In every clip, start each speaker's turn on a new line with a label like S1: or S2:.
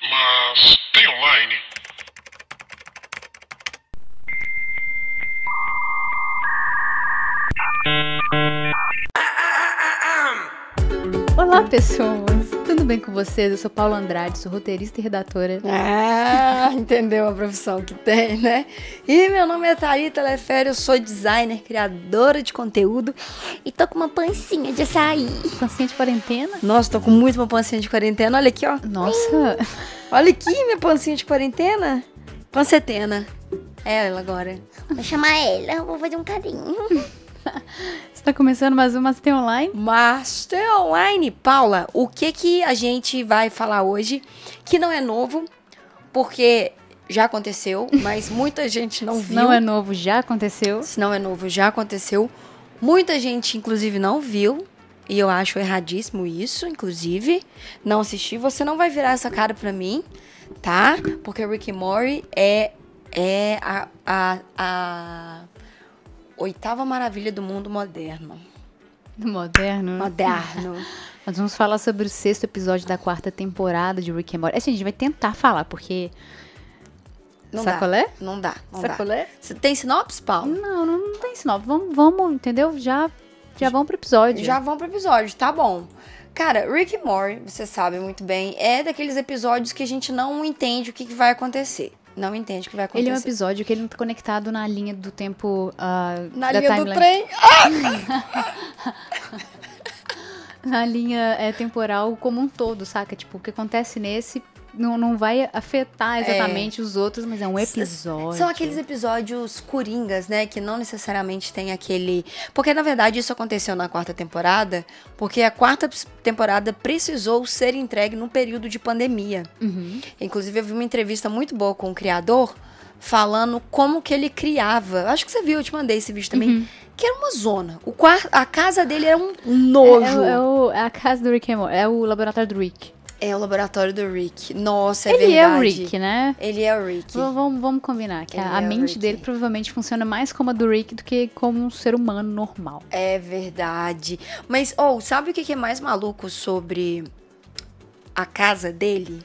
S1: Minas tem online.
S2: Olá, pessoas! Tudo bem com vocês? Eu sou Paula Andrade, sou roteirista e redatora.
S3: Ah, entendeu a profissão que tem, né? E meu nome é Thalita Lefério, eu sou designer, criadora de conteúdo e tô com uma pancinha de açaí.
S2: Pancinha de quarentena?
S3: Nossa, tô com muito uma pancinha de quarentena. Olha aqui, ó.
S2: Nossa!
S3: Olha aqui minha pancinha de quarentena. Pancetena. É ela agora.
S4: Vou chamar ela, vou fazer um carinho.
S2: Está começando mais um Master Online?
S3: Master Online. Paula, o que que a gente vai falar hoje que não é novo, porque já aconteceu, mas muita gente não
S2: Se
S3: viu.
S2: não é novo, já aconteceu.
S3: Se não é novo, já aconteceu. Muita gente, inclusive, não viu. E eu acho erradíssimo isso, inclusive. Não assisti. Você não vai virar essa cara pra mim, tá? Porque Rick and Morty é, é a, a, a oitava maravilha do mundo moderno.
S2: Do moderno.
S3: Moderno.
S2: Nós vamos falar sobre o sexto episódio da quarta temporada de Rick and Morty. Assim, a gente vai tentar falar, porque... é?
S3: Não
S2: Sacolé?
S3: dá. Não dá. Não dá.
S2: Sacolé?
S3: Você tem sinopse, Paulo?
S2: é? Não, não, não tem sinopse. Vamos, vamos, entendeu? Já, já vamos pro episódio.
S3: Já vão pro episódio, tá bom. Cara, Rick and Morty, você sabe muito bem, é daqueles episódios que a gente não entende o que, que vai acontecer. Não entende o que vai acontecer.
S2: Ele é um episódio que ele não tá conectado na linha do tempo ah,
S3: Na
S2: da
S3: linha do
S2: timeline.
S3: trem.
S2: na linha é, temporal como um todo, saca? Tipo, o que acontece nesse não, não vai afetar exatamente os outros, mas é um
S3: É. S-
S2: episódio.
S3: São aqueles episódios coringas, né? Que não necessariamente tem aquele. Porque, na verdade, isso aconteceu na quarta temporada, porque a quarta ps- temporada precisou ser entregue num período de pandemia.
S2: Uhum.
S3: Inclusive, eu vi uma entrevista muito boa com o criador falando como que ele criava. Acho que você viu, eu te mandei esse vídeo também.
S2: Uhum.
S3: Que era uma zona. O quar- a casa dele era um
S2: É,
S3: nojo.
S2: o-
S3: É,
S2: é o- é a casa do Rick and Morty, é o laboratório do Rick.
S3: o laboratório do Rick. Nossa, é
S2: ele
S3: verdade.
S2: é o Rick, né?
S3: Ele é o Rick.
S2: V- Vamos, vamos combinar que a,
S3: Ele
S2: a
S3: é o
S2: mente
S3: Rick.
S2: dele provavelmente funciona mais como a do Rick do que como um ser humano normal.
S3: É verdade. Mas, ou, sabe o que que é mais maluco sobre a casa dele?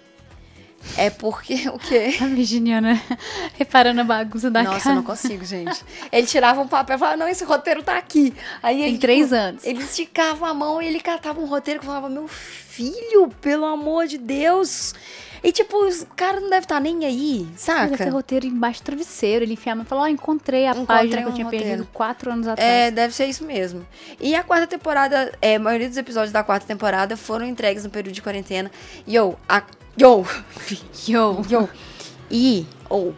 S3: É porque o quê?
S2: A Virginiana reparando a bagunça da
S3: Nossa, eu
S2: casa.
S3: não consigo, gente. Ele tirava um papel e falava, não, esse roteiro tá aqui. Aí ele
S2: Tem três anos.
S3: Ele esticava a mão e ele catava um roteiro que eu falava, meu filho, pelo amor de Deus. E tipo, os cara não deve estar nem aí,
S2: Mas Deve ter
S3: saca?
S2: roteiro embaixo do travesseiro. Ele enfiava e falou: Ó, encontrei a
S3: Encontrei
S2: página que eu
S3: um
S2: tinha perdido
S3: roteiro.
S2: quatro anos atrás.
S3: É, deve ser isso mesmo. E a quarta temporada, é, a maioria dos episódios da quarta temporada foram entregues no período de quarentena. Yo, a, yo,
S2: Yo!
S3: yo. E, ou,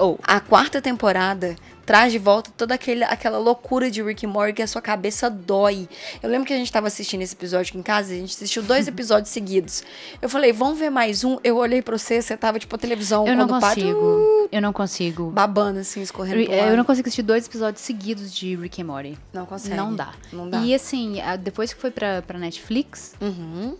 S2: Oh.
S3: a quarta temporada traz de volta toda aquele, aquela loucura de Rick and Morty que a sua cabeça dói. Eu lembro que a gente tava assistindo esse episódio aqui em casa, a gente assistiu dois episódios seguidos. Eu falei, vamos ver mais um. Eu olhei pra você, você tava tipo a televisão
S2: Eu não
S3: quando uh, para,
S2: consigo. Eu não consigo.
S3: babando assim, escorrendo pro
S2: Eu
S3: lado.
S2: não consigo assistir dois episódios seguidos de Rick and Morty.
S3: Não consegue.
S2: Não dá.
S3: Não dá.
S2: E assim, a- depois que foi pra, pra Netflix,
S3: Uhum.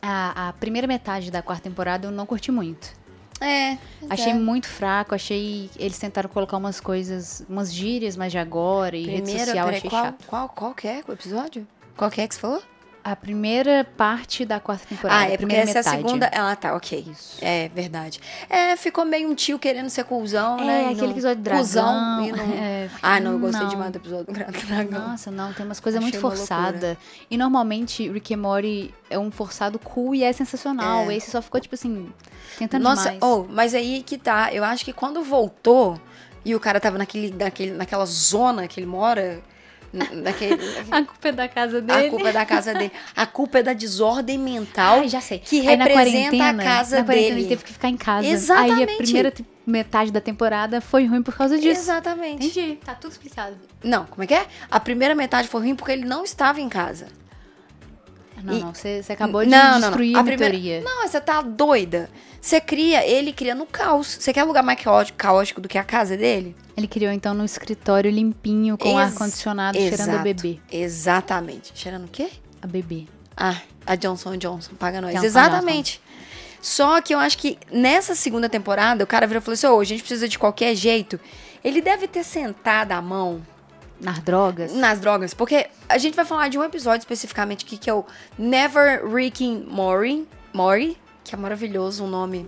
S2: a, a primeira metade da quarta temporada eu não curti muito.
S3: É.
S2: Achei
S3: é.
S2: muito fraco, achei. Eles tentaram colocar umas coisas, umas gírias mais de agora e rede
S3: Primeira,
S2: social,
S3: peraí,
S2: achei
S3: qual,
S2: chato.
S3: qual, qual que é o episódio? Qual que é que você falou?
S2: A primeira parte da quarta temporada.
S3: ah, é porque
S2: primeira
S3: essa é a
S2: metade.
S3: segunda. Ah, tá, ok.
S2: Isso.
S3: É verdade. É, ficou meio um tio querendo ser cuzão,
S2: É,
S3: né? e
S2: aquele
S3: não-
S2: episódio dragão.
S3: Cuzão e não-
S2: É,
S3: Ah, não, eu gostei
S2: não.
S3: demais do episódio do Gra- Dragão.
S2: Nossa, é não, tem umas coisas
S3: Achei
S2: muito
S3: uma
S2: forçadas. E normalmente Rick and Morty é um forçado cool e é sensacional. Esse só ficou, tipo assim, tentando
S3: Nossa,
S2: demais.
S3: oh, mas aí que tá. Eu acho que quando voltou e o cara tava naquele, naquele, naquela zona que ele mora, n- naquele,
S2: A culpa é da casa dele.
S3: a culpa é da casa dele. A culpa é da desordem mental.
S2: Ai, já sei.
S3: que
S2: Aí na
S3: representa a
S2: quarentena-
S3: casa
S2: na quarentena
S3: dele.
S2: ele teve que ficar em casa. Aí
S3: Exatamente.
S2: a primeira te- metade da temporada foi ruim por causa disso.
S3: Exatamente.
S2: Entendi, tá tudo explicado.
S3: Não, como é que é? A primeira metade foi ruim porque ele não estava em casa.
S2: Não,
S3: E-
S2: não, você você acabou de
S3: Não, não, não.
S2: destruir
S3: A
S2: a,
S3: primeira-
S2: teoria.
S3: Não, você tá doida. Você cria, ele cria no caos. Você quer lugar mais caótico, caótico do que a casa dele?
S2: Ele criou, então, num escritório limpinho, com
S3: Ex-
S2: ar-condicionado, cheirando a
S3: Exato.
S2: bebê.
S3: Exatamente. Cheirando o quê?
S2: A bebê.
S3: Ah, a Johnson Johnson paga nós.
S2: Johnson
S3: Exatamente. Só que eu acho que nessa segunda temporada, o cara virou e falou assim: ô, a gente precisa de qualquer jeito. Ele deve ter sentado a mão
S2: Nas drogas.
S3: nas drogas, porque a gente vai falar de um episódio especificamente aqui que é o Never Rick and Mori, Mori, que é maravilhoso o nome.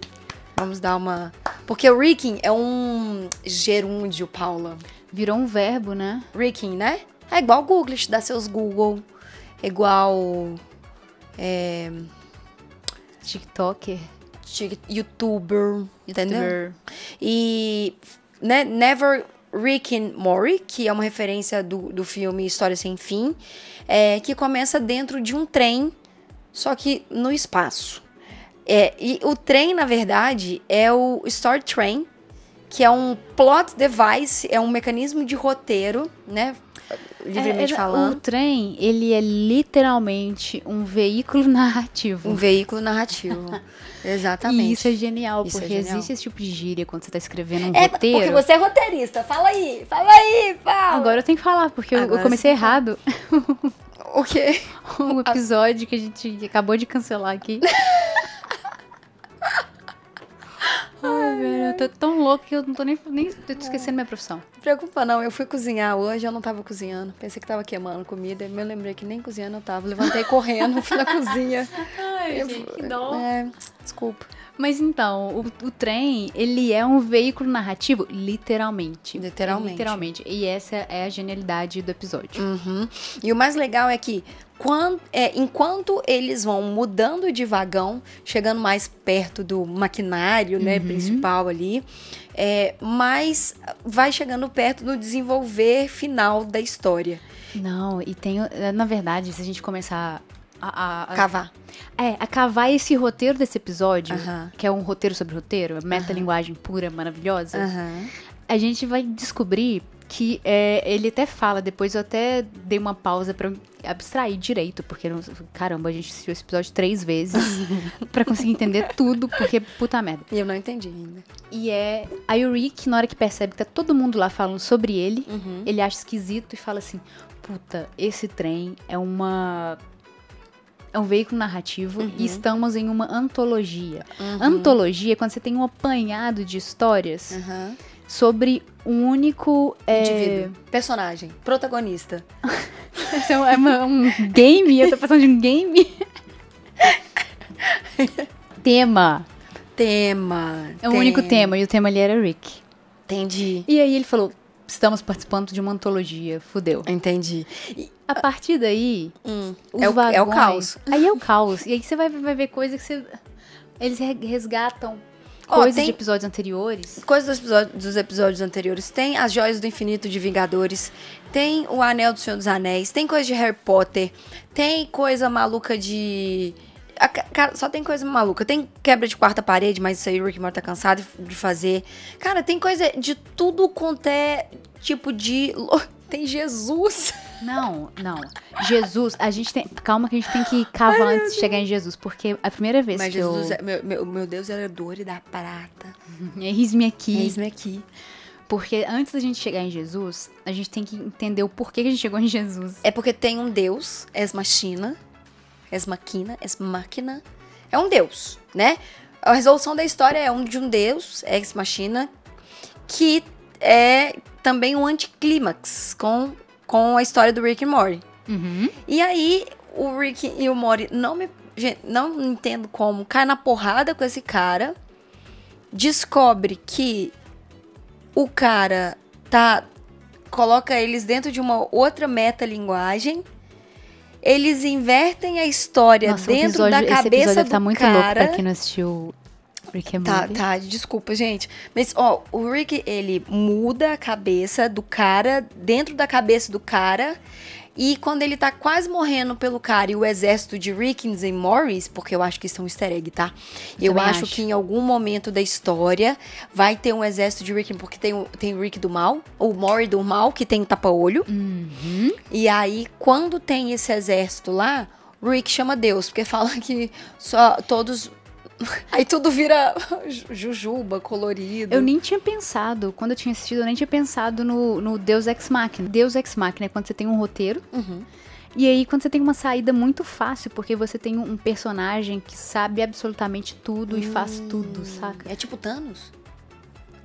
S3: Vamos dar uma. Porque o Ricking é um gerúndio, Paula.
S2: Virou um verbo, né?
S3: Ricking, né? É igual Google, te dá seus Google. É igual. É,
S2: TikToker.
S3: tic- YouTuber, entendeu?
S2: Youtuber.
S3: E. Né, Never Rick and Morty, que é uma referência do, do filme História Sem Fim, é, que começa dentro de um trem, só que no espaço. É, e o trem, na verdade, é o Star Train, que é um plot device, é um mecanismo de roteiro, né? Livremente
S2: É, é,
S3: falando.
S2: O trem, ele é literalmente um veículo narrativo.
S3: Um veículo narrativo. Exatamente.
S2: E isso é genial,
S3: Isso é
S2: porque
S3: genial.
S2: existe esse tipo de gíria quando você tá escrevendo um
S3: É,
S2: roteiro.
S3: porque você é roteirista. Fala aí, fala aí, fala.
S2: Agora eu tenho que falar, porque eu- eu,
S3: Agora
S2: comecei
S3: você
S2: errado
S3: fala. o quê?
S2: o episódio que a gente acabou de cancelar aqui. Ai, velho, eu tô tão louca que eu não tô nem, nem tô esquecendo minha profissão.
S3: Não preocupa não, eu fui cozinhar hoje, eu não tava cozinhando. Pensei que tava queimando comida, me lembrei que nem cozinhando eu tava. Levantei correndo, fui na cozinha.
S2: Ai,
S3: Eu- É, desculpa.
S2: Mas então, o, o trem, ele é um veículo narrativo, literalmente. É
S3: Literalmente.
S2: Literalmente. E essa é a genialidade do episódio.
S3: Uhum. E o mais legal é que quan- é, enquanto eles vão mudando de vagão, chegando mais perto do maquinário né, principal ali, é, mais vai chegando perto do desenvolver final da história.
S2: Não, e tem. eh, Na verdade, se a gente começar a. a- a-
S3: Cavar.
S2: é, a cavar esse roteiro desse episódio,
S3: Aham.
S2: que é um roteiro sobre roteiro, metalinguagem pura, maravilhosa,
S3: Aham.
S2: a gente vai descobrir que é, ele até fala, depois eu até dei uma pausa pra eu abstrair direito, porque não- caramba, a gente assistiu esse episódio três vezes pra conseguir entender tudo, porque puta merda.
S3: E eu não entendi ainda.
S2: E é. Aí o Rick, na hora que percebe que tá todo mundo lá falando sobre ele, ele acha esquisito e fala assim: puta, esse trem é uma. É um veículo narrativo e estamos em uma antologia. Antologia é quando você tem um apanhado de histórias
S3: Aham.
S2: sobre um único. é,
S3: É. Indivíduo. Personagem. Protagonista.
S2: Isso é um- é uma- um game? Eu tô passando de um game? tema.
S3: Tema.
S2: É o único tema. E o tema ali era Rick.
S3: Entendi.
S2: E aí ele falou: estamos participando de uma antologia, fudeu.
S3: Entendi. E-
S2: A partir daí, os
S3: é, o, é o
S2: vagões-
S3: caos.
S2: Aí é o caos. E aí você vai, vai ver coisa que você. Eles re- resgatam
S3: Ó,
S2: coisas
S3: tem-
S2: de episódios anteriores.
S3: Coisas dos episódios, dos episódios anteriores. Tem as joias do infinito de Vingadores. Tem o Anel do Senhor dos Anéis. Tem coisa de Harry Potter. Tem coisa maluca de. A ca- Cara, só tem coisa maluca. Tem quebra de quarta parede, mas isso aí o Rick Mort tá cansado de fazer. Cara, tem coisa de tudo quanto é tipo de. lo- Tem Jesus.
S2: Não, não. Jesus, a gente tem. Calma que a gente tem que cavar antes de chegar em Jesus. Porque é a primeira vez
S3: Mas
S2: que
S3: Jesus,
S2: eu.
S3: é- meu, meu, meu Deus, era dor e da prata.
S2: Eis-me aqui.
S3: Eis-me aqui.
S2: Porque antes da gente chegar em Jesus, a gente tem que entender o porquê que a gente chegou em Jesus.
S3: É porque tem um Deus, es machina, es machina, es máquina. É um Deus, né? A resolução da história é um de um Deus, ex machina, que é também um anticlímax com, com a história do Rick e Morty.
S2: Uhum.
S3: E aí, o Rick e o Morty não me. gente, Não entendo como. Cai na porrada com esse cara. Descobre que o cara tá. Coloca eles dentro de uma outra metalinguagem. Eles invertem a história
S2: Nossa, o
S3: dentro
S2: episódio,
S3: da
S2: esse episódio
S3: cabeça
S2: deve
S3: do
S2: tá muito louco
S3: cara.
S2: pra quem não assistiu Rick and
S3: Tá,
S2: Morty.
S3: tá, desculpa, gente. Mas, ó, o Rick, ele muda a cabeça do cara, dentro da cabeça do cara. E quando ele tá quase morrendo pelo cara e o exército de Rickens e Morris, porque eu acho que isso é um easter egg, tá? Eu,
S2: também
S3: acho,
S2: acho.
S3: que em algum momento da história vai ter um exército de Rickens, porque tem o, tem o Rick do mal, ou o Morris do mal, que tem tapa-olho.
S2: Uhum.
S3: E aí, quando tem esse exército lá, o Rick chama Deus, porque fala que só todos. Aí tudo vira ju- jujuba, colorido.
S2: Eu nem tinha pensado, quando eu tinha assistido, eu nem tinha pensado no, no Deus Ex Machina. Deus Ex Machina é quando você tem um roteiro,
S3: Uhum.
S2: e aí quando você tem uma saída muito fácil, porque você tem um personagem que sabe absolutamente tudo e faz
S3: Hum.
S2: tudo, saca?
S3: É tipo Thanos?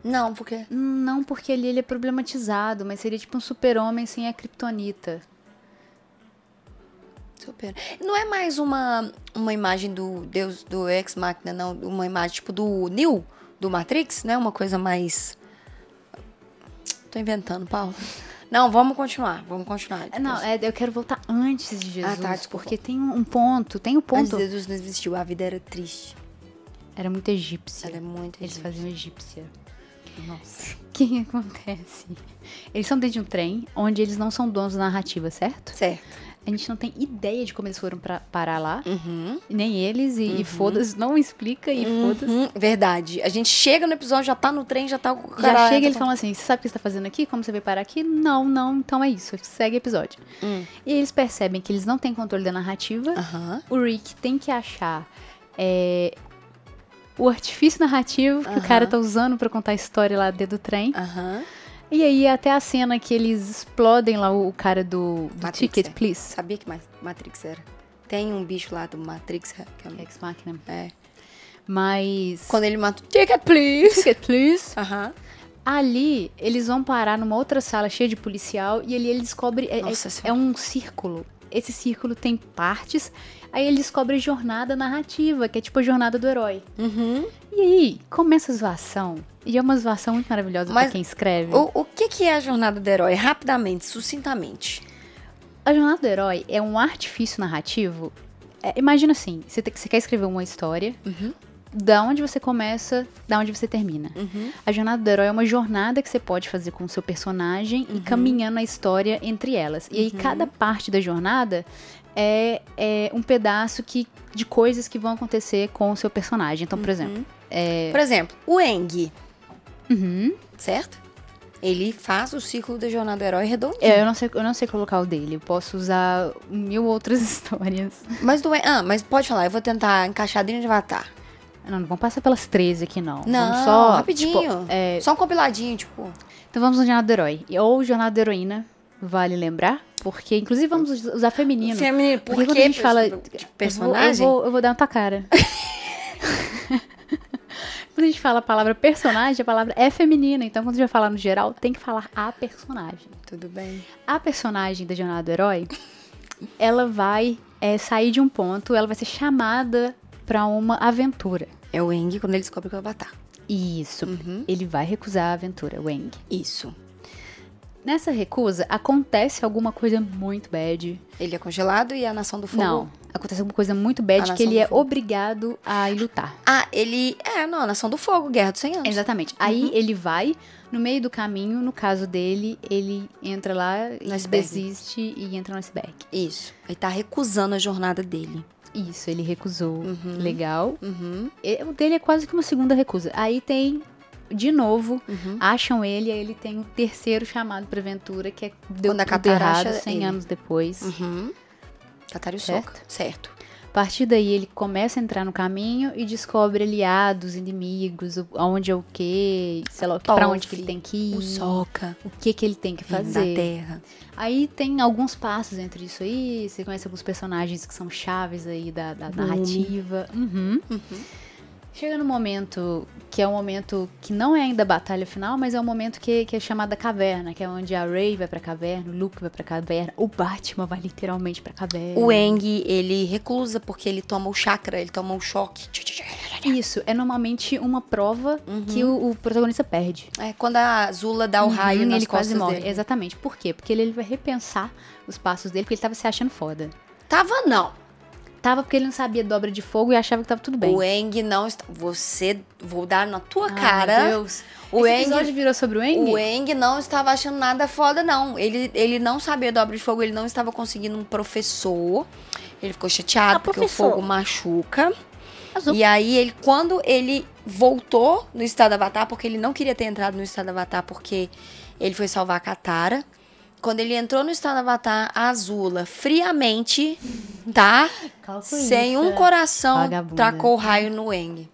S3: Não, porque.
S2: Não, porque ali ele é problematizado, mas seria tipo um super-homem sem a kriptonita.
S3: Super. Não é mais uma, uma imagem do Deus do Ex Machina, não. Uma imagem tipo do Neil, do Matrix, né? Uma coisa mais. Tô inventando, Paulo. Não, vamos continuar. Vamos continuar.
S2: É, Não, é, eu quero voltar antes de Jesus.
S3: Ah, tá, desculpa.
S2: porque tem um ponto, tem um
S3: Antes
S2: ponto.
S3: de Jesus não existiu, a vida era triste.
S2: Era muito egípcia.
S3: Ela é muito
S2: Eles
S3: egípcia.
S2: faziam egípcia.
S3: Nossa.
S2: O que acontece? Eles são dentro de um trem onde eles não são donos da narrativa, certo?
S3: Certo.
S2: A gente não tem ideia de como eles foram pra, parar lá.
S3: Uhum.
S2: Nem eles, e, e foda-se, não explica, e foda-se.
S3: Uhum, Verdade. A gente chega no episódio, já tá no trem, já tá o
S2: Já
S3: cara.
S2: chega e
S3: tá
S2: eles falam assim: você sabe o que você tá fazendo aqui? Como você veio parar aqui? Não, não, então é isso, segue o episódio.
S3: Hum.
S2: E eles percebem que eles não têm controle da narrativa.
S3: Aham.
S2: O Rick tem que achar é, o artifício narrativo que o
S3: Aham.
S2: cara tá usando pra contar a história lá dentro do trem.
S3: Aham.
S2: E aí, até a cena que eles explodem lá o, o cara do, do
S3: Matrix,
S2: Ticket,
S3: é.
S2: please.
S3: Sabia que Ma- Matrix era? Tem um bicho lá do Matrix que é um-
S2: Ex Machina.
S3: É.
S2: Mas.
S3: Quando ele mata o Ticket, please!
S2: Ticket, please.
S3: Aham.
S2: Ali, eles vão parar numa outra sala cheia de policial e ali ele descobre. É, é-
S3: Nossa
S2: é, um círculo. Esse círculo tem partes. Aí ele descobre a jornada narrativa, que é tipo a jornada do herói.
S3: Uhum.
S2: E aí, começa a zoação. E é uma zoação muito maravilhosa pra
S3: Mas
S2: quem escreve.
S3: O, o que, que é a jornada do herói? Rapidamente, sucintamente.
S2: A jornada do herói é um artifício narrativo. É, imagina assim, você, te- você quer escrever uma história,
S3: Uhum.
S2: da onde você começa, da onde você termina. A jornada do herói é uma jornada que você pode fazer com o seu personagem
S3: Uhum.
S2: e caminhando a história entre elas. E aí cada parte da jornada é, é um pedaço que, de coisas que vão acontecer com o seu personagem. Então,
S3: Uhum.
S2: por exemplo,
S3: É. Por exemplo, o Eng,
S2: uhum,
S3: certo? Ele faz o ciclo da jornada do herói redondinho.
S2: é, eu, não sei, eu não sei colocar o dele, eu posso usar mil outras histórias.
S3: Mas do Eng- ah, mas pode falar, eu vou tentar encaixar dentro de Avatar.
S2: Não, não vamos passar pelas 13 aqui, não.
S3: Não,
S2: vamos só,
S3: rapidinho.
S2: tipo, é,
S3: Só um compiladinho, tipo.
S2: então vamos no Jornada do Herói. Ou Jornada da Heroína, vale lembrar. Porque, inclusive, vamos us- usar feminino.
S3: Feminino,
S2: porque quando a gente fala-
S3: de personagem?
S2: Eu vou, eu vou, eu vou dar na tua cara. quando a gente fala a palavra personagem, a palavra é feminina. Então, quando a gente vai falar no geral, tem que falar a personagem.
S3: Tudo bem.
S2: A personagem da Jornada do Herói, ela vai é, sair de um ponto, ela vai ser chamada pra uma aventura.
S3: É o Eng quando ele descobre que é o Avatar.
S2: Isso.
S3: Uhum.
S2: Ele vai recusar a aventura, o Eng.
S3: Isso.
S2: Nessa recusa, acontece alguma coisa muito bad.
S3: Ele é congelado e a nação do fogo. um
S2: Não. Acontece alguma coisa muito
S3: A
S2: bad
S3: nação
S2: que ele
S3: do
S2: é
S3: fogo.
S2: obrigado a ir lutar.
S3: Ah, ele. É, não, a nação do fogo, Guerra dos 100 anos.
S2: Exatamente.
S3: Uhum.
S2: Aí ele vai, no meio do caminho, no caso dele, ele entra lá, e
S3: No iceberg.
S2: desiste e entra no iceberg.
S3: Isso. Ele tá recusando a jornada dele.
S2: Isso, ele recusou. Legal.
S3: Uhum.
S2: E- O dele é quase que uma segunda recusa. Aí tem, de novo,
S3: Uhum.
S2: acham ele, aí ele tem o terceiro chamado pra aventura, que é deu
S3: Quando a
S2: tudo
S3: Katara
S2: errado,
S3: acha
S2: 100
S3: ele.
S2: anos depois.
S3: Uhum. Catar e o
S2: Certo?
S3: soco. Certo.
S2: A partir daí ele começa a entrar no caminho e descobre aliados, inimigos, o- aonde é o quê, sei lá, o que- pra
S3: Toff,
S2: onde que ele tem que ir,
S3: O soca.
S2: o que que ele tem que
S3: Reino
S2: fazer.
S3: da terra.
S2: Aí tem alguns passos entre isso aí, você conhece alguns personagens que são chaves aí da, da
S3: Nome.
S2: narrativa. Uhum. Chega no momento, que é um momento que não é ainda a batalha final, mas é um momento que, que é chamada caverna, que é onde a Ray vai pra caverna, o Luke vai pra caverna, o Batman vai literalmente pra caverna.
S3: O Eng, ele recusa porque ele toma o chakra, ele toma o choque.
S2: Isso, é normalmente uma prova que o, o protagonista perde.
S3: É quando a Zula Uhum. dá o raio
S2: Uhum,
S3: nas
S2: ele
S3: costas
S2: quase morre.
S3: dele.
S2: Exatamente. Por quê? Porque ele, ele vai repensar os passos dele, porque ele tava se achando foda.
S3: Tava não.
S2: Tava porque ele não sabia dobra de fogo e achava que tava tudo bem.
S3: O Eng não está... Você... Vou dar na tua
S2: Ah, meu
S3: cara.
S2: Deus.
S3: O
S2: Esse
S3: Eng-
S2: episódio virou sobre o Eng?
S3: O Eng não estava achando nada foda, não. Ele, ele não sabia dobra de fogo, ele não estava conseguindo um professor. Ele ficou chateado
S4: Ah,
S3: porque
S4: professor.
S3: o fogo machuca.
S2: Azul.
S3: E aí, ele, quando ele voltou no estado Avatar, porque ele não queria ter entrado no estado Avatar, porque ele foi salvar a Katara. Quando ele entrou no estado Avatar, a Azula, friamente, tá? Sem um coração,
S2: Vagabunda.
S3: tracou o raio no Eng.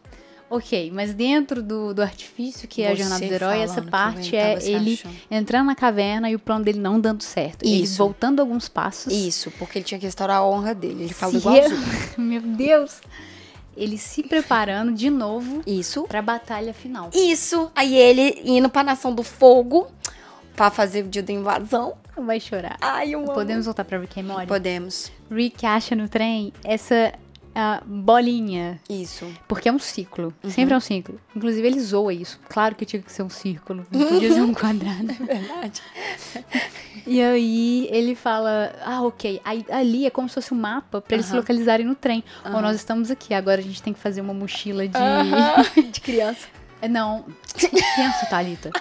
S2: Ok, mas dentro do, do artifício que é a
S3: Você
S2: Jornada do Herói,
S3: falando tá?
S2: essa
S3: que o
S2: parte
S3: Eng
S2: é
S3: tava se
S2: ele
S3: achando.
S2: entrando na caverna e o plano dele não dando certo. Ele
S3: Isso.
S2: voltando alguns passos.
S3: Isso, porque ele tinha que restaurar a honra dele. Ele falou
S2: Se
S3: igual a
S2: eu-
S3: Azula.
S2: Meu Deus! Ele se preparando de novo
S3: Isso.
S2: pra batalha final.
S3: Isso. Aí ele indo pra Nação do Fogo pra fazer o dia da invasão.
S2: Vai chorar.
S3: Ai, eu amo.
S2: Podemos voltar pra Rick and Morty?
S3: Podemos.
S2: Rick acha no trem essa a bolinha.
S3: Isso.
S2: Porque é um ciclo. Sempre é um ciclo. Inclusive, ele zoa isso. Claro que tinha que ser um círculo. Não podia ser um quadrado.
S3: É Verdade.
S2: E aí ele fala, ah, ok. Aí, ali é como se fosse um mapa pra eles se
S3: Aham.
S2: localizarem no trem. Ou nós estamos aqui, agora a gente tem que fazer uma mochila de. É,
S3: De criança.
S2: Não. Pensa, Thalita.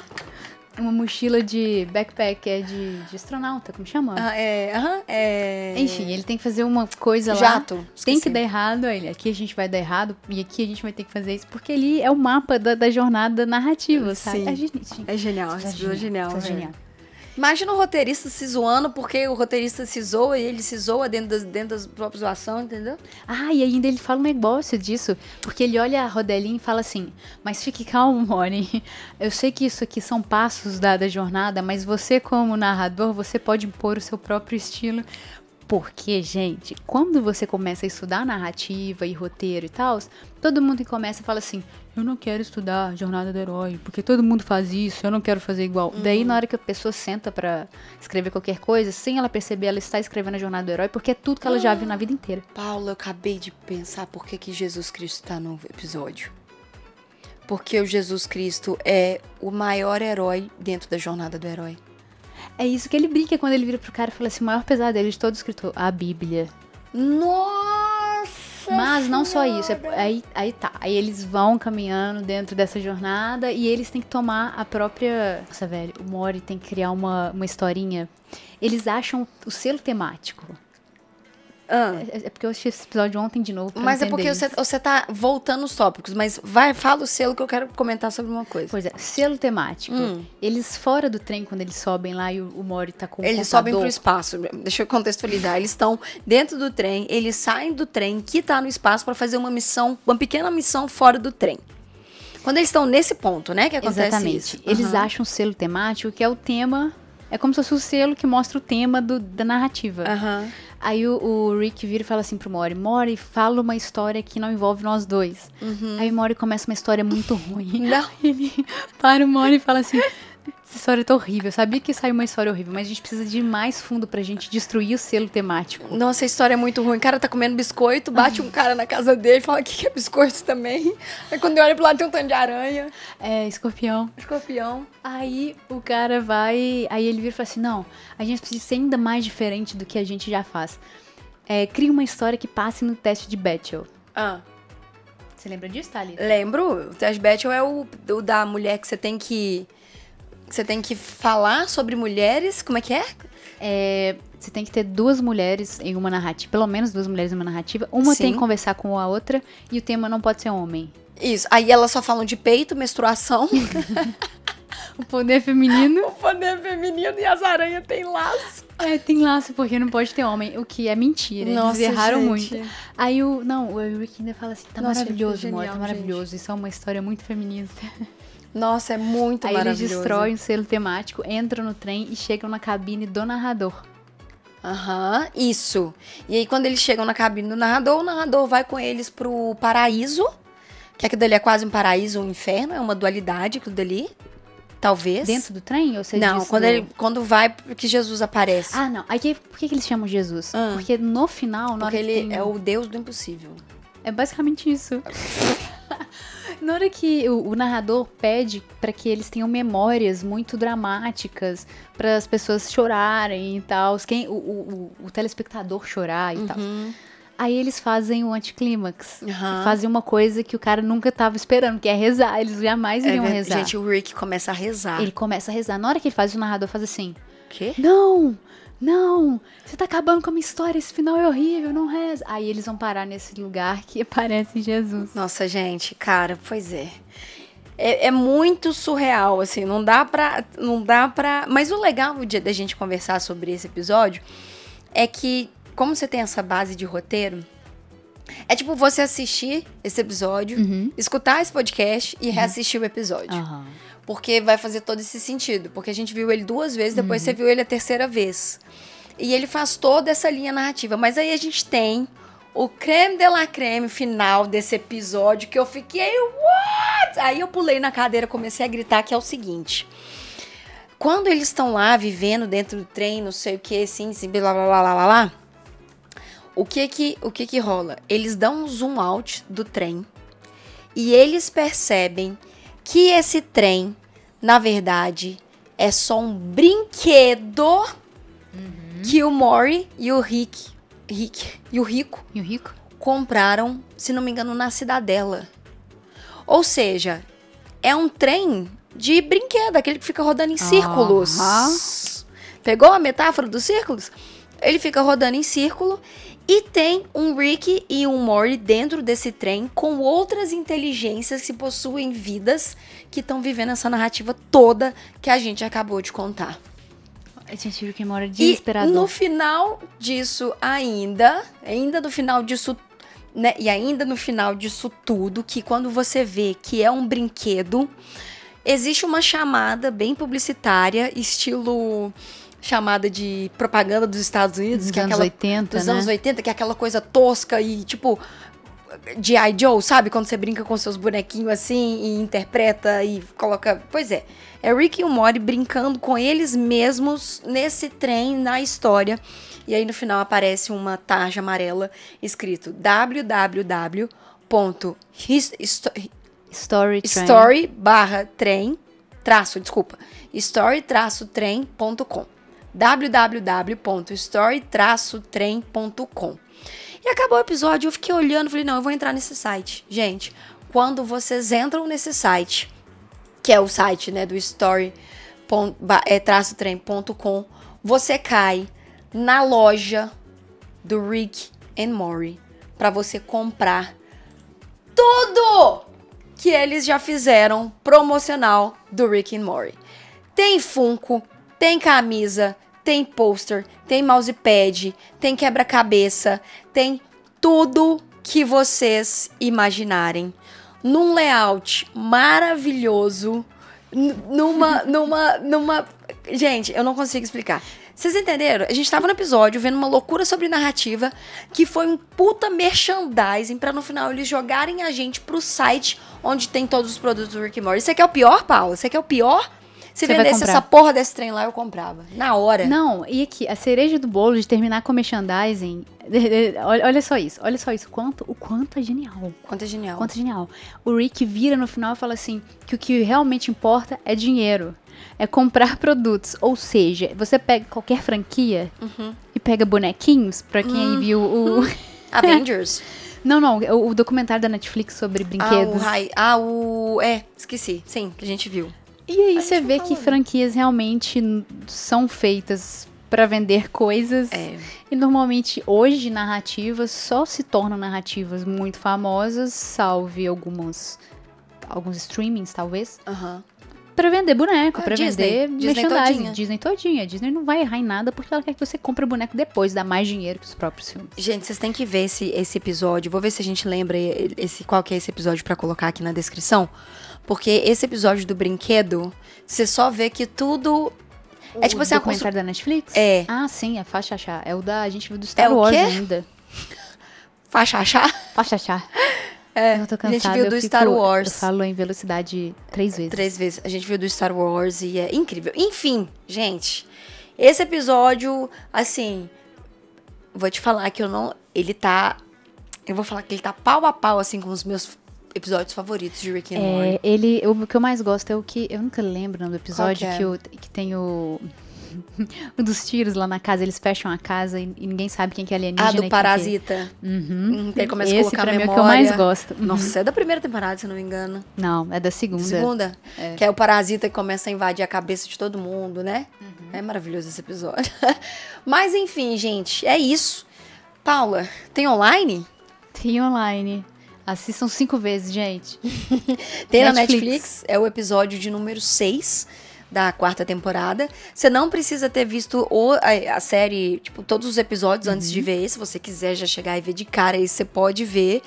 S2: Uma mochila de backpack, é de, de astronauta, como chama?
S3: Ah, é, aham, é...
S2: Enfim, ele tem que fazer uma coisa lá.
S3: Jato.
S2: Tem
S3: esqueci.
S2: que dar errado, aí ele, aqui a gente vai dar errado, e aqui a gente vai ter que fazer isso, porque ali é o mapa da, da jornada narrativa, sabe?
S3: Sim.
S2: É gente, gente,
S3: É genial, esse episódio é genial.
S2: isso é
S3: velho.
S2: genial.
S3: Imagina o roteirista se zoando porque o roteirista se zoa e ele se zoa dentro das, dentro das próprias zoações, entendeu?
S2: Ah, e ainda ele fala um negócio disso, porque ele olha a rodelinha e fala assim: Mas fique calmo, Rony. Eu sei que isso aqui são passos da, da jornada, mas você, como narrador, você pode impor o seu próprio estilo. Porque, gente, quando você começa a estudar narrativa e roteiro e tal, todo mundo que começa fala assim: Eu não quero estudar Jornada do Herói, porque todo mundo faz isso, eu não quero fazer igual. Daí, na hora que a pessoa senta pra escrever qualquer coisa, sem ela perceber, ela está escrevendo a Jornada do Herói, porque é tudo que ela já viu na vida inteira.
S3: Paula, eu acabei de pensar por que, que Jesus Cristo tá no episódio. Porque o Jesus Cristo é o maior herói dentro da jornada do herói.
S2: É isso que ele brinca quando ele vira pro cara e fala assim: o maior pesadelo de todo escritor, a Bíblia.
S3: Nossa!
S2: Mas não só isso, é- aí, aí tá. Aí eles vão caminhando dentro dessa jornada e eles têm que tomar a própria. Nossa, velho, o Mori tem que criar uma, uma historinha. Eles acham o selo temático.
S3: Ah,
S2: É, é porque eu assisti esse episódio ontem de novo. pra
S3: mas é
S2: entender
S3: porque
S2: isso.
S3: você, você tá voltando os tópicos, mas vai, fala o selo que eu quero comentar sobre uma coisa.
S2: Pois é, selo temático.
S3: Hum.
S2: Eles fora do trem, quando eles sobem lá e o, o Mori tá com o
S3: Eles sobem pro
S2: contador.
S3: espaço. Deixa eu contextualizar. Eles estão dentro do trem, eles saem do trem que tá no espaço para fazer uma missão, uma pequena missão fora do trem. Quando eles estão nesse ponto, né, que acontece
S2: Exatamente.
S3: isso.
S2: Eles
S3: Aham.
S2: acham um selo temático que é o tema. É como se fosse o selo que mostra o tema do- da narrativa.
S3: Aham.
S2: Aí o, o Rick vira e fala assim pro Mori: Mori, fala uma história que não envolve nós dois.
S3: Uhum.
S2: Aí o Mori começa uma história muito ruim.
S3: Não.
S2: Ele para o Mori e fala assim: Essa história tá horrível. Eu sabia que saiu uma história horrível, mas a gente precisa de ir mais fundo pra gente destruir o selo temático.
S3: Nossa, a história é muito ruim. O cara tá comendo biscoito, bate um cara na casa dele, fala que que é biscoito também. Aí quando ele olha pro lado tem um tanto de aranha,
S2: É, escorpião.
S3: escorpião.
S2: Aí o cara vai. Aí ele vira e fala assim: não, a gente precisa ser ainda mais diferente do que a gente já faz. É, cria uma história que passe no teste de É, Bethel.
S3: Ah,
S2: Você lembra disso, Thalita?
S3: lembro, o Trash Battle é o, o da mulher que você tem que que você tem que falar sobre mulheres, como é que é?
S2: É, você tem que ter duas mulheres em uma narrativa, pelo menos duas mulheres em uma narrativa. Uma
S3: Sim.
S2: tem que conversar com a outra e o tema não pode ser homem.
S3: Isso. Aí elas só falam de peito, menstruação.
S2: O poder feminino
S3: o poder feminino e as aranhas têm laço.
S2: é, tem laço porque não pode ter homem, o que é mentira. Eles erraram muito. Aí o. Não, o Rick ainda fala assim: tá
S3: Nossa,
S2: maravilhoso,
S3: gente,
S2: amor, tá
S3: genial,
S2: maravilhoso. Isso é uma história muito feminista.
S3: Nossa, é muito
S2: Aí eles
S3: maravilhoso.
S2: destroem o selo temático, entram no trem e chegam na cabine do narrador.
S3: Aham, isso. E aí quando eles chegam na cabine do narrador, o narrador vai com eles pro paraíso. Que aquilo dali é quase um paraíso, um inferno. É uma dualidade aquilo dali. Talvez.
S2: Dentro do trem? Ou você
S3: Não,
S2: disse
S3: quando,
S2: do-
S3: ele, quando vai que Jesus aparece.
S2: Ah, não. Aí que- por que, que eles chamam Jesus?
S3: Ah.
S2: Porque no final, na
S3: porque
S2: hora
S3: ele
S2: que tem-
S3: é o Deus do impossível.
S2: É basicamente isso. Na hora que o, o narrador pede pra que eles tenham memórias muito dramáticas, para as pessoas chorarem e tal, quem o, o, o- o telespectador chorar e tal.
S3: Uhum. Ah.
S2: Aí eles fazem o anticlímax.
S3: Aham.
S2: Fazem uma coisa que o cara nunca tava esperando, que é rezar. Eles jamais
S3: É
S2: iriam
S3: ver-
S2: um rezar.
S3: Gente, o Rick começa a rezar.
S2: Ele começa a rezar. Na hora que ele faz, o narrador faz assim:
S3: O quê?
S2: Não! Não! Você tá acabando com a minha história, esse final é horrível, não reza. Aí eles vão parar nesse lugar que aparece Jesus.
S3: Nossa, gente, cara, pois é. É, é muito surreal, assim, não dá pra. Não dá pra. Mas o legal de- da gente conversar sobre esse episódio é que, como você tem essa base de roteiro, é tipo você assistir esse episódio,
S2: Uhum.
S3: escutar esse podcast e reassistir o episódio.
S2: Aham.
S3: Porque vai fazer todo esse sentido. Porque a gente viu ele duas vezes, depois você viu ele a terceira vez. E ele faz toda essa linha narrativa. Mas aí a gente tem o creme de la creme final desse episódio que eu fiquei. What? Aí eu pulei na cadeira, comecei a gritar, que é o seguinte. Quando eles estão lá vivendo dentro do trem, não sei o que, assim, assim, blá blá blá blá blá. blá, O que que, o que que rola? Eles dão um zoom out do trem e eles percebem que esse trem, na verdade, é só um brinquedo que o Mori e o Rick, Rick e o Rico
S2: E o rico?
S3: compraram, se não me engano, na Cidadela. Ou seja, é um trem de brinquedo, aquele que fica rodando em círculos.
S2: Aham.
S3: Pegou a metáfora dos círculos? Ele fica rodando em círculo e tem um Rick e um Morty dentro desse trem com outras inteligências que possuem vidas que estão vivendo essa narrativa toda que a gente acabou de contar.
S2: A gente viu que mora
S3: E no
S2: desesperador.
S3: final disso ainda, ainda no final disso, né, e ainda no final disso tudo, que quando você vê que é um brinquedo, existe uma chamada bem publicitária, estilo chamada de propaganda dos Estados Unidos,
S2: dos
S3: que é
S2: anos
S3: aquela
S2: 80,
S3: dos
S2: né?
S3: anos 80, que é aquela coisa tosca e tipo de I. Joe, sabe? Quando você brinca com seus bonequinhos assim e interpreta e coloca. Pois é. É Rick e o Morty brincando com eles mesmos nesse trem na história. E aí no final aparece uma tarja amarela escrito www.history
S2: Story Train.
S3: story barra trem traço, desculpa, story traço trem.com www.story trem.com E acabou o episódio, eu fiquei olhando, falei, não, eu vou entrar nesse site. Gente, quando vocês entram nesse site, que é o site, né, do story pon- ba- é, traço trem.com, você cai na loja do Rick and Morty para você comprar tudo que eles já fizeram promocional do Rick and Morty. Tem Funko, tem camisa, tem pôster, tem mousepad, tem quebra-cabeça, tem tudo que vocês imaginarem. Num layout maravilhoso, n- numa, numa, numa... Gente, eu não consigo explicar. Vocês entenderam? A gente tava no episódio vendo uma loucura sobre narrativa que foi um puta merchandising pra no final eles jogarem a gente pro site onde tem todos os produtos do Rick and Morty. Você quer o pior, Paula? Você quer o pior?
S2: Você
S3: Se
S2: vai
S3: vendesse
S2: comprar.
S3: essa porra desse trem lá, eu comprava. Na hora.
S2: Não, e aqui, a cereja do bolo de terminar com merchandising. olha, olha só isso, olha só isso. Quanto, o quanto é genial.
S3: Quanto é genial.
S2: Quanto é genial. O Rick vira no final e fala assim: que o que realmente importa é dinheiro. É comprar produtos. Ou seja, você pega qualquer franquia
S3: Uhum.
S2: e pega bonequinhos, pra quem
S3: Hum.
S2: aí viu o.
S3: Avengers.
S2: Não, não, é o, o documentário da Netflix sobre
S3: ah, o
S2: brinquedos.
S3: Rai. Ah, o. É, esqueci. Sim, que a gente viu.
S2: E aí você
S3: não
S2: vê
S3: falou,
S2: que
S3: né?
S2: franquias realmente n- são feitas pra vender coisas.
S3: É.
S2: E normalmente hoje narrativas só se tornam narrativas muito famosas, salve algumas alguns streamings talvez,
S3: Aham.
S2: Pra vender boneco,
S3: Ah,
S2: pra
S3: Disney.
S2: vender
S3: Disney
S2: merchandising,
S3: todinha.
S2: Disney todinha. Disney não vai errar em nada porque ela quer que você compre o boneco depois, dá mais dinheiro pros próprios filmes.
S3: Gente, vocês têm que ver esse, esse episódio. Vou ver se a gente lembra e- esse, qual que é esse episódio pra colocar aqui na descrição. Porque esse episódio do brinquedo, você só vê que tudo. É tipo
S2: o
S3: assim, a constru...
S2: documentário da Netflix?
S3: É.
S2: Ah, sim, é faixa achar. É o da a gente viu do Star
S3: o
S2: Wars
S3: quê?
S2: ainda.
S3: faixa achar.
S2: Faixa achar. É, eu tô
S3: a
S2: cansada.
S3: gente viu
S2: eu
S3: do
S2: fico-
S3: Star Wars.
S2: Eu falo em velocidade três vezes.
S3: Três vezes. A gente viu do Star Wars e é incrível. Enfim, gente, esse episódio, assim, vou te falar que eu não. Ele tá. Eu vou falar que ele tá pau a pau, assim, com os meus episódios favoritos de Rick and Morty.
S2: É, ele, eu- o que eu mais gosto é o que. Eu nunca lembro o nome do episódio
S3: Qual que é?
S2: que, o- que tem o. o dos tiros lá na casa, eles fecham a casa e, e ninguém sabe quem que é alienígena. e
S3: Ah, do
S2: quem que é-
S3: Parasita.
S2: Uhum.
S3: Hum, que Ele começa a
S2: Esse
S3: colocar
S2: pra
S3: a
S2: mim é o
S3: memória.
S2: que eu mais gosto.
S3: Nossa, é da primeira temporada, se eu não me engano.
S2: Não, é da segunda.
S3: Segunda. Que é o parasita que começa a invadir a cabeça de todo mundo, né? É maravilhoso esse episódio. Mas enfim, gente, é isso. Paula, tem online?
S2: Tem online. Assistam cinco vezes, gente.
S3: Tem na
S2: Netflix.
S3: Netflix, é o episódio de número 6 da quarta temporada. Você não precisa ter visto o- a, a série, tipo, todos os episódios antes de ver. Se você quiser já chegar e ver de cara, aí você pode ver.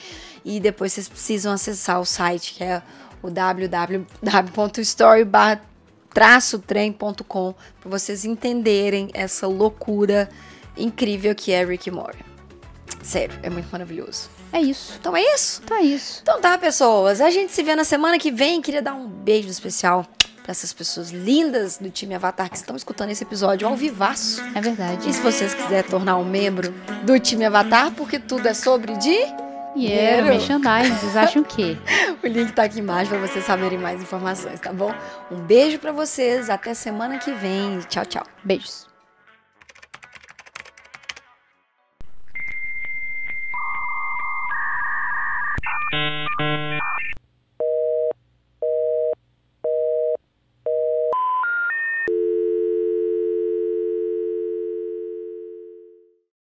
S3: E depois vocês precisam acessar o site, que é o www.story-trem.com para vocês entenderem essa loucura incrível que é Rick Moore. Sério, é muito maravilhoso.
S2: É isso.
S3: Então é isso.
S2: Então é isso.
S3: Então tá, pessoas. A gente se vê na semana que vem. Queria dar um beijo especial para essas pessoas lindas do time Avatar que estão escutando esse episódio ao vivaço.
S2: É verdade.
S3: E se vocês quiserem tornar um membro do time Avatar, porque tudo é sobre de.
S2: E é
S3: Dinheiro.
S2: merchandising, vocês acham o quê?
S3: O link tá aqui embaixo para vocês saberem mais informações, tá bom? Um beijo para vocês, até semana que vem. Tchau, tchau.
S2: Beijos.